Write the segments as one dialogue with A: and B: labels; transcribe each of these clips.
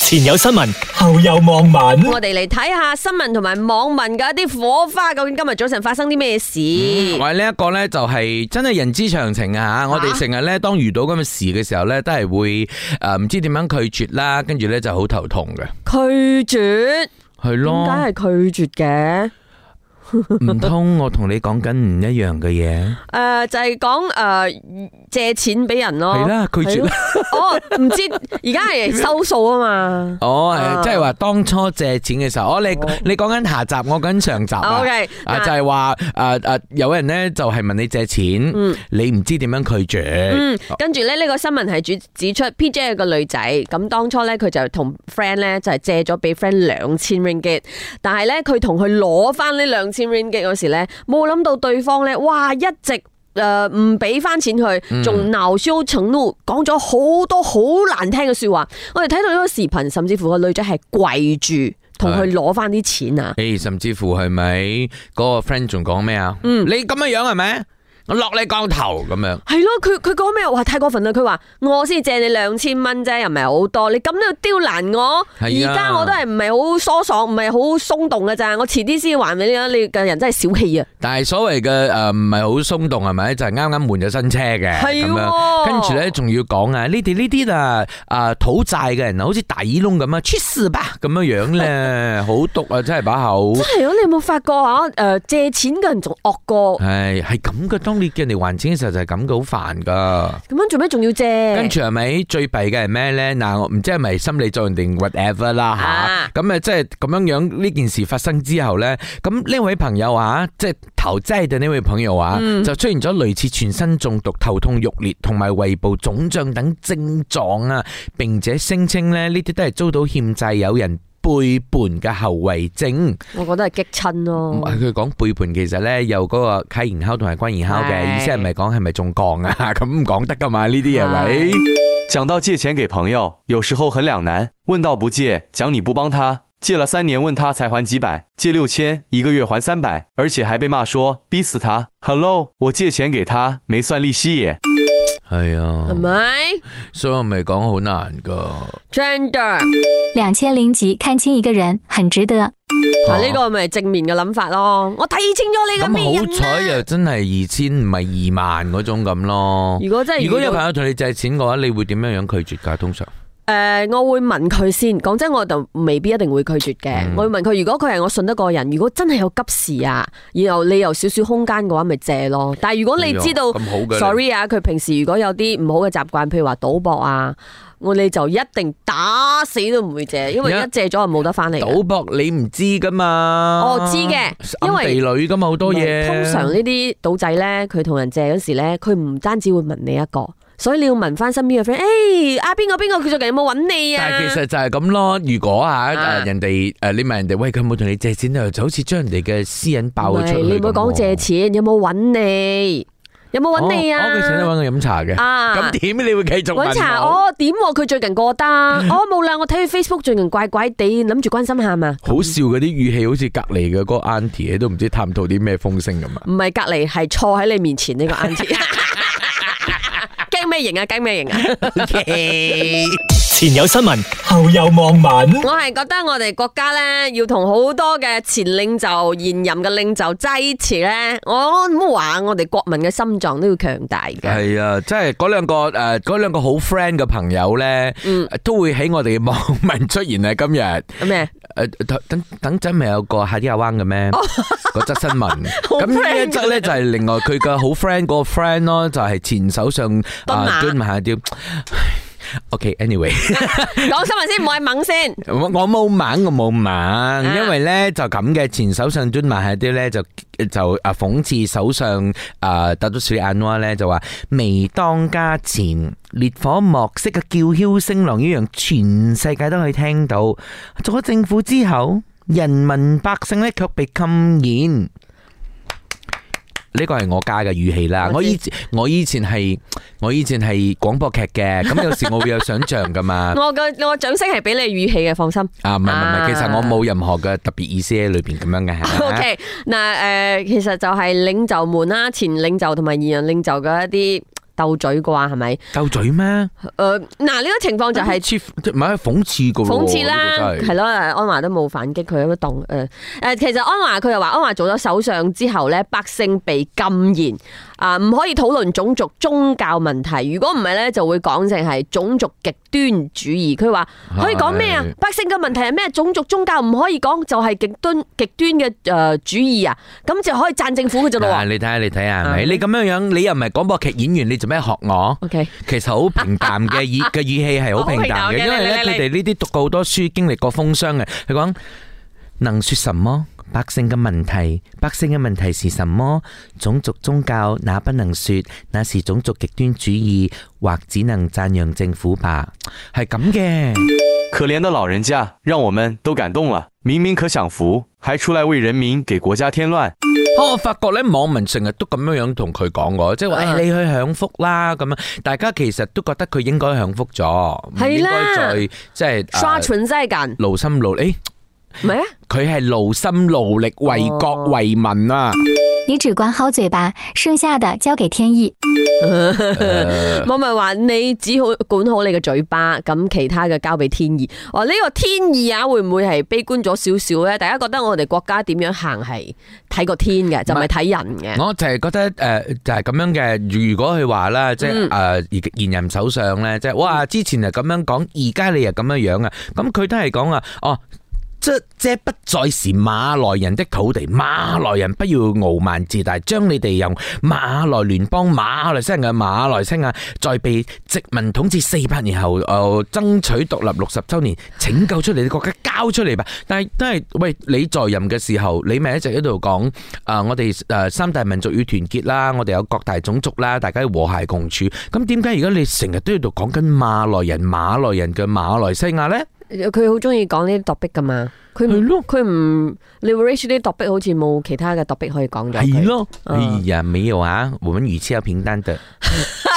A: 前有新聞，後有網
B: 嗯
A: 民。
C: 我哋嚟睇下新聞同埋網民嘅一啲火花，究竟今日早晨發生啲咩事？
B: 我係呢一個呢，就係真係人之常情啊！吓，我哋成日呢，當遇到咁嘅事嘅時候呢，都係會誒唔知點樣拒絕啦，跟住呢就好頭痛嘅，
C: 拒絕？點解
B: 係咯，
C: 係拒絕嘅？
B: 唔通我同你講緊唔一樣嘅嘢？
C: 誒、就係講誒借錢俾人咯。
B: 係啦，拒絕啦。
C: 哦，唔知而家係收數啊 嘛。
B: 哦，
C: 啊
B: 係即係話當初借錢嘅時候，哦，你你講緊下集，我講緊上集啊
C: OK，
B: 啊，
C: 嗱
B: 就係話誒誒，有人呢就係問你借錢，你唔知點樣拒絕，
C: 嗯，跟住咧呢個新聞係指指出 P.J. 有個女仔，咁當初咧佢就同 friend 咧就係借咗俾 friend 兩千 ringgit，但係咧佢同佢攞翻呢兩千 ringgit 嗰時咧，冇諗到對方咧，哇一直。誒唔俾翻錢佢，仲鬧羞成怒，講咗好多好難聽嘅説話。我哋睇到呢個視頻，甚至乎個女仔係跪住同佢攞翻啲錢啊！
B: 誒，甚至乎係咪嗰個 friend 仲講咩啊？你咁嘅樣係咪？我落你降頭咁樣。
C: 係咯，佢佢講咩？哇，太過分啦！佢話我先借你兩千蚊啫，又唔係好多，你咁都要刁難我。而
B: 係啊
C: 家我都係唔係好疏爽，唔係好鬆動嘅咋，我遲啲先還俾你啦。你嘅人真係小氣啊！
B: 但係所謂嘅诶唔係好鬆動係咪？就係啱啱換咗新車嘅
C: 係
B: 咁
C: 喎
B: 樣，跟住咧仲要講啊，你哋呢啲啊啊土債嘅人啊好似大耳窿咁啊，出事吧咁樣樣 咧，好毒啊！真係把口。
C: 真係啊！你有冇發覺啊？诶、借錢嘅人仲惡過，
B: 係係咁嘅，當你叫人哋還錢嘅時候就係咁嘅，好煩噶。
C: 咁樣做咩仲要借？
B: 跟住係咪最弊嘅係咩咧？嗱，我唔知係咪心理作用定 whatever
C: 啊
B: 啦吓。咁啊，即係咁樣樣呢件事發生之後咧，咁呢位朋友啊，即係投劑嘅呢位朋友啊，就出現咗類似全身中毒、頭痛欲裂同埋胃部腫脹等症狀啊，並且聲稱咧呢啲都係遭到欠債有人。背叛嘅後遺症，
C: 我覺得係激親咯。
B: 佢講背叛其實咧有嗰個溪然烤同埋關然烤
C: 係
B: 嘅意思係咪講係咪中降啊？ 咁唔講得噶嘛呢啲嘢咪
C: 係？
D: 讲到借钱给朋友，有时候很两难。问到不借，讲你不帮他；借了三年，问他才还几百；借六千，一个月还三百，而且还被骂说逼死他。Hello，我借钱给他，没算利息耶。
B: 係啊
C: 係咪
B: 所以我咪講好難噶。啊
C: gender
E: 两千零集看清一个人很值得。
C: 嗱啊呢個咪正面嘅諗法咯。我睇清楚你嘅咩
B: 咁好彩
C: 人啊！
B: 又真係二千唔係二萬嗰種咁咯。
C: 如果真係
B: 如果有
C: 遇到
B: 朋友同你借錢嘅話，你會點樣樣拒絕㗎？通常
C: 誒、呃我會問佢先。講真，我就未必一定會拒絕嘅。
B: 嗯
C: 我會問佢，如果佢係我信得過嘅人，如果真係有急事啊，然後你有少少空間嘅話，咪借咯。但係如果你知道
B: 哎呀咁好嘅你
C: ，sorry 啊，佢平時如果有啲唔好嘅習慣，譬如話賭博啊，我哋就一定打死都唔會借，因為
B: 而家
C: 一借咗就冇得翻嚟嘅。啊
B: 賭博你唔知噶嘛？
C: 我知嘅因為
B: 暗地裏噶嘛，好多嘢。
C: 通常呢啲啊賭仔咧，佢同人借嗰時咧，佢唔單止會問你一個，所以你要問翻身邊嘅 friend，誒啊邊個邊個佢最近有冇揾你啊？
B: 但係其實就係咁咯，如果啊，
C: 啊
B: 誒人哋誒你問人哋，喂佢有冇同你借錢，就好似將人哋嘅私隱爆
C: 唔
B: 咗
C: 係
B: 出去。
C: 你唔好講借，錢，有冇揾你？有冇揾你啊？
B: 哦我佢請你揾我飲茶嘅。
C: 啊
B: 咁點啊你會繼續問我
C: 揾茶哦，點喎？佢最近過得， 哦冇啦，我睇佢 Facebook 最近怪怪地，諗住關心下嘛。
B: 好笑嗰啲語氣，好似隔離嘅嗰個 auntie 都唔知探討啲咩風聲咁啊！
C: 唔係隔離，係坐喺你面前呢個 auntie。驚咩型啊？驚咩型啊？
A: 前有新聞，後有網民。
C: 我係覺得我哋國家咧，要同好多嘅前領袖、現任嘅領袖支持咧，我唔好話我哋國民嘅心臟都要強大嘅。
B: 係啊，即係嗰兩個誒，呃嗰、兩個好 friend 嘅朋友咧，都會喺我哋嘅網民出現啊！今日誒、
C: 咩？
B: 呃等等陣咪有個下啲亞灣嘅咩？嗰則 新聞，咁呢一
C: friend
B: 則咧就係另外佢嘅好 friend 嗰個 friend 咯，就係前首相
C: 敦馬
B: 啊敦馬啲。OK，anyway。
C: 講新聞先，唔好係猛先。
B: 我我冇猛，我冇猛，因為咧就咁嘅前首相端埋係啲咧就就啊諷刺首相啊特都斯里安娃咧就話未當家前烈火莫熄嘅叫囂聲浪一樣，全世界都可以聽到。做咗政府之後，人民百姓咧卻被禁言。呢個係我家嘅語氣啦，
C: 我
B: 我
C: 知
B: 以前我以前係我以前係廣播劇嘅，咁有時我會有想像噶嘛。
C: 我個我掌聲係俾你語氣嘅，放心。
B: 啊啊，唔係唔係唔
C: 啊
B: 係，其實我冇任何嘅特別意思喺裏邊咁樣嘅。係
C: O K，嗱誒，其實就係領袖們啦，前領袖同埋現任領袖嘅一啲鬥嘴啩，係咪？
B: 鬥嘴咩？
C: 誒、嗱呢個情況就係
B: 係唔係諷刺噶喎？
C: 諷刺啦，
B: 哦呢個真
C: 係
B: 係
C: 咯，安華都冇反擊佢，咁當呃誒誒，其實安華佢又話安華做咗首相之後咧，百姓被禁言啊，唔可以討論種族宗教問題，如果唔係咧就會講成係種族極端主義。佢話可以講咩啊
B: 係？
C: 百姓嘅問題係咩？種族宗教唔可以講，就係極端極端嘅誒主義啊，咁就可以贊政府嘅啫咯。
B: 嗱，你睇下，你睇下，係咪？
C: 嗯
B: 你咁樣樣，你又唔係廣播劇演員，你做咩學我？
C: OK，
B: 其實好平淡 嘅語嘅語氣係好平淡
C: 好
B: 嘅，
C: 平淡嘅
B: 因
C: 嚟
B: 為咧
C: 嚟嚟
B: 佢哋呢啲讀過好多書，經歷過風霜嘅，佢講能說什麼？百姓嘅問題，百姓嘅問題是什麼？種族宗教那不能說，那是種族極端主義，或只能讚揚政府吧。係咁嘅，
D: 可怜的老人家，让我们都感动了。明明可享福，还出来为人民给国家添乱。
B: 我我發覺咧，網民成日都咁樣樣同佢講過，即係話
C: 啊
B: 誒你去享福啦咁樣，大家其實都覺得佢應該享福咗，唔
C: 係
B: 應該
C: 啦
B: 再即係呃
C: 刷存在感，
B: 勞心勞力。誒
C: 唔係啊？
B: 佢係勞心勞力為國為民啊！
E: 你只管好嘴巴，剩下的交给天意。
C: 我咪話你只好管好你嘅嘴巴，咁其他嘅交俾天意。哦，呢、個天意啊，會唔會係悲觀咗少少咧？大家覺得我哋國家點樣行係睇個天嘅，就唔係睇人嘅。
B: 我就係覺得誒、呃就係、咁樣嘅。如果佢話啦，即係誒呃而現任首相咧，即係哇，之前係咁樣講，而家你又咁樣樣啊，咁佢都係講啊，哦。這這不再是馬來人的土地，馬來人不要傲慢自大，將你哋由馬來聯邦、馬來西亞、馬來西亞在被殖民統治四百年後，誒、呃、爭取獨立六十週年，拯救出嚟嘅國家交出嚟吧。但係都係喂，你在任嘅時候，你咪一直喺度講啊！我哋誒三大民族要團結啦，我哋有各大種族啦，大家要和諧共處。咁點解而家你成日都喺度講緊馬來人、馬來人嘅馬來西亞呢？
C: 佢好中意講呢啲 topic 噶嘛？佢
B: 係
C: 唔
B: 咯
C: 佢唔 leverage 呢啲 topic，好似冇其他嘅 topic 可以講咗佢。
B: 係咯，哎
C: 嗯
B: 呀，沒有啊，我們語氣要平淡的。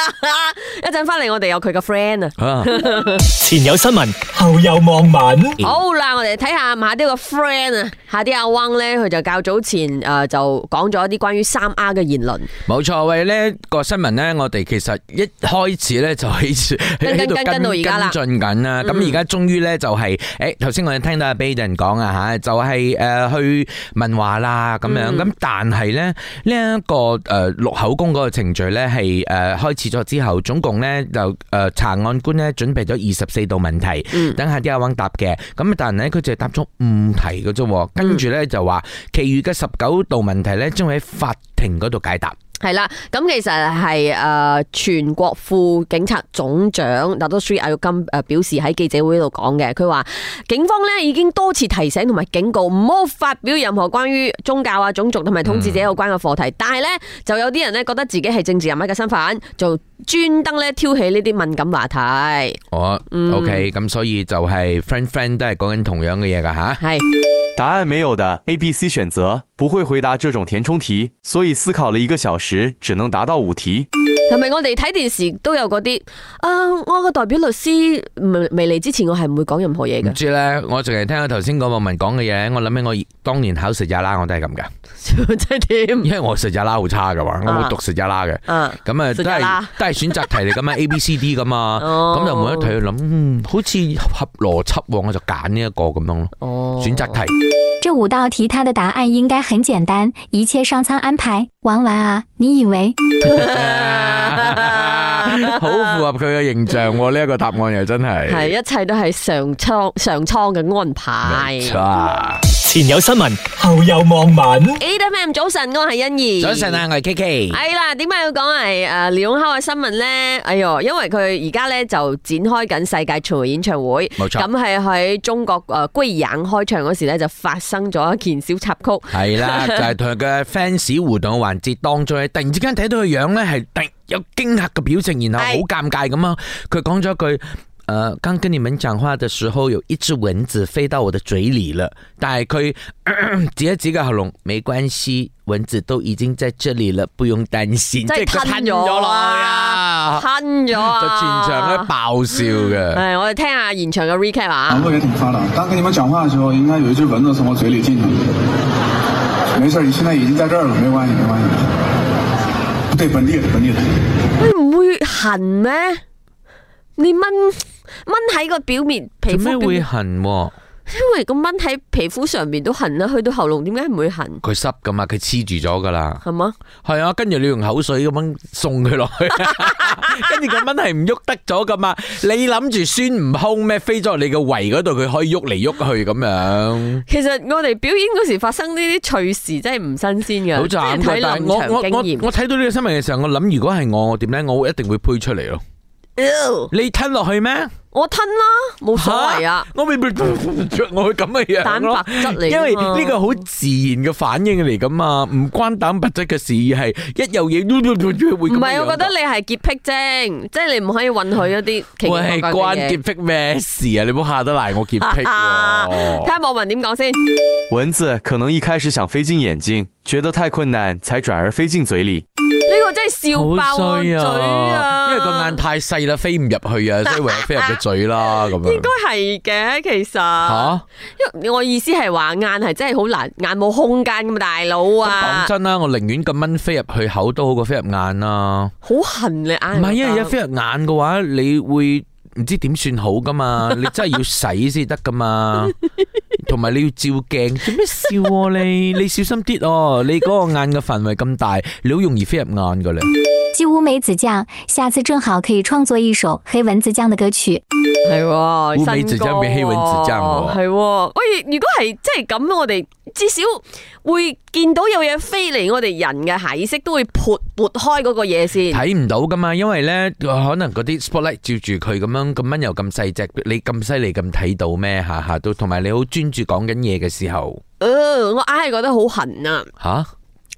C: 一陣翻嚟，我哋有佢嘅 friend 啊。
B: 啊
A: 前有新聞，後有網民。
B: 嗯
C: 好啦，我哋睇下馬啲個 friend 啊，夏啲阿翁咧，佢就較早前誒、呃就講咗一啲關於三 R 嘅言論。
B: 冇錯，喂，呢個新聞呢，我哋其實一開始呢就喺
C: 跟
B: 喺度
C: 跟跟到而家啦嗯
B: 跟進緊啦。咁而家終於呢就係，誒頭先我哋聽到阿 Baden 講啊吓，就係誒去問話啦咁
C: 嗯
B: 樣。咁但係呢，呢一個誒錄口供嗰個程序呢係誒開始咗之後，總共呢就誒查案官呢準備咗二十四道問題，
C: 嗯
B: 等下啲阿翁答嘅。咁但係呢，佢就係答咗五題嘅啫喎，跟住呢
C: 嗯
B: 就話，其餘嘅十九道問題呢將會喺法庭嗰度解答。
C: 系啦，咁其實係诶、呃全國副警察總長 n a d o s r i 阿玉金诶表示喺記者會度講嘅，佢話警方咧已經多次提醒同埋警告，唔好發表任何關於宗教啊、種族同埋統治者有關嘅課題。但係咧，就有啲人咧覺得自己係政治人物嘅身份，就專登咧挑起呢啲敏感話題。
B: 哦、o
C: 嗯
B: k 咁所以就係 friend friend 都係講緊同樣嘅嘢噶吓。
C: 係
D: 答案没有的 A、B、C 选择不会回答这种填充题，所以思考了一个小时，只能答到五题。
C: 同埋我哋睇電視都有嗰啲，啊，我個代表律師未未嚟之前，我係唔會講任何嘢
B: 唔
C: 嘅。
B: 知咧，我淨係聽到頭先個網民講嘅嘢，我諗起我當年考實日啦，我都係咁噶，
C: 即係點
B: 因為我實日啦好差噶嘛，我冇讀實日啦嘅。
C: 啊？
B: 咁啊，
C: 實
B: 都
C: 日
B: 係
C: 啦
B: 都係選擇題嚟 噶嘛，A、B、C、D 噶嘛，
C: 哦
B: 咁就每一題去諗，嗯好似合邏輯喎，我就揀呢一個咁樣咯，
C: 哦
B: 選擇 題。
E: 这五道题它的答案应该很简单，一切上苍安排。玩玩啊，你以为？
B: 好啊符合佢嘅形象喎，呢一個答案又真係。
C: 系一切都系上苍上苍嘅安排。
B: 啊
A: 前有新聞，後有網民。
C: A M M 早晨，我系欣怡。
B: 早晨！啊，我係 K K。
C: 系啦，点解要讲系诶李永浩嘅新聞咧？哎哟，因為佢而家咧就展開緊世界巡迴演唱會，
B: 冇錯
C: 咁係喺中國诶貴陽開唱嗰時咧就發生咗一件小插曲。
B: 系 啦，就系同佢嘅 fans 互動嘅環節當中咧，突然之間睇到佢樣咧係突然有驚嚇嘅表情，然後好
C: 係
B: 尷尬咁啊！佢講咗一句。呃，剛跟你們講話的時候，有一隻蚊子飛到我的嘴裡了，但係佢 咳咳指一指個喉嚨，沒關係，蚊子都已經在這裡了，不用擔心。
C: 即係
B: 佢
C: 吞
B: 吞
C: 咗
B: 落去
C: 啊
B: 啊！
C: 吞咗啊！
B: 就全場咧爆笑嘅。
C: 係我哋聽下現場嘅 recap 啊
F: 网！络也挺发达。刚跟你们讲话的时候，应该有一只蚊子从我嘴里进去了。没事儿，你现在已经在这儿了，没关系，没关系。不对，本地的，本地的。
C: 会唔會痕咩？你掹掹喺個表面 皮
B: 做
C: 膚
B: 咩
C: 表
B: 會
C: 面，
B: 痕喎？
C: 因為咁掹喺皮膚上面都痕啦，去到喉嚨點解唔會痕？
B: 佢濕噶嘛，佢黐住咗噶啦。
C: 係嘛？
B: 係啊，跟住你用口水咁樣送佢落 去，跟住個蚊係唔喐得咗噶嘛？你諗住孫悟空咩飛咗落你個胃嗰度，佢可以喐嚟喐去咁樣，
C: 其實我哋表演嗰時發生呢啲趣事真係唔新鮮
B: 好
C: 噶，即係
B: 慘噶。
C: 睇
B: 但係
C: 臨
B: 我
C: 場
B: 我
C: 經驗
B: 我。我睇到呢個新聞嘅時候，我諗如果係我，我點咧？我會一定會呸出嚟咯。
C: Ew，
B: 你吞落去咩？
C: 我吞啦，冇所謂啊
B: 嚇。！我會我會咁嘅樣
C: 蛋
B: 咯
C: 白。質嚟㗎嘛，
B: 因為呢個好自然嘅反應嚟噶嘛，唔關蛋白質嘅事，而係一有嘢會
C: 唔
B: 咁
C: 係，
B: 樣
C: 我覺得你係潔癖症，即係你唔可以允許 一啲奇奇怪
B: 喂，
C: 怪
B: 關
C: 嘅嘢
B: 潔。癖咩事啊？你唔好嚇得賴我潔癖 喎
C: 睇。下網民點講先。
D: 蚊子可能一开始想飞进眼睛，觉得太困难，才转而飞进嘴里。
C: 呢個真係笑爆我嘴啊！
B: 因為個眼太細啦，飛唔入去啊，所以唯有飛入個嘴啦咁樣。
C: 應該係嘅，其實
B: 嚇，
C: 因為我意思係話眼係真係好難，眼冇空間咁嘛，大佬啊
B: 講，真啦，我寧願咁蚊飛入去口都好過飛入眼啦。
C: 好痕你眼。
B: 唔係，因為一飛入眼嘅話，你會唔知點算好噶嘛？你真係要洗先得噶嘛，同埋你要照鏡。做咩笑我你？你小心啲哦！你嗰個眼嘅範圍咁大，你好容易飛入眼噶咧。
E: 鸡乌梅子酱，下次正好可以创作一首黑蚊子酱的歌曲。
C: 係喎，
B: 烏美
C: 新
B: 子
C: 歌
B: 將比希韻子爭喎
C: 係喎。喂，如果係即係咁，我哋至少會見到有嘢飛嚟，我哋人嘅下意識都會撥撥開嗰個嘢先。
B: 睇唔到噶嘛，因為咧可能嗰啲 spotlight 照住佢咁樣，咁蚊又咁細隻，你咁犀利咁睇到咩？下下都同埋你好專注講緊嘢嘅時候，
C: 呃我硬係覺得好痕啊！
B: 吓、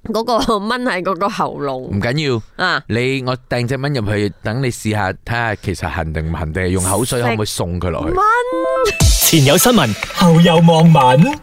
C: 嗰個蚊喺嗰個喉
B: 唔
C: 嚨
B: 緊要。
C: 啊，
B: 你我掟只蚊入去，等你試下睇下，其實痕嗯定唔痕，定係用口水可唔可以送佢落去？
A: 前有新聞，後有網民。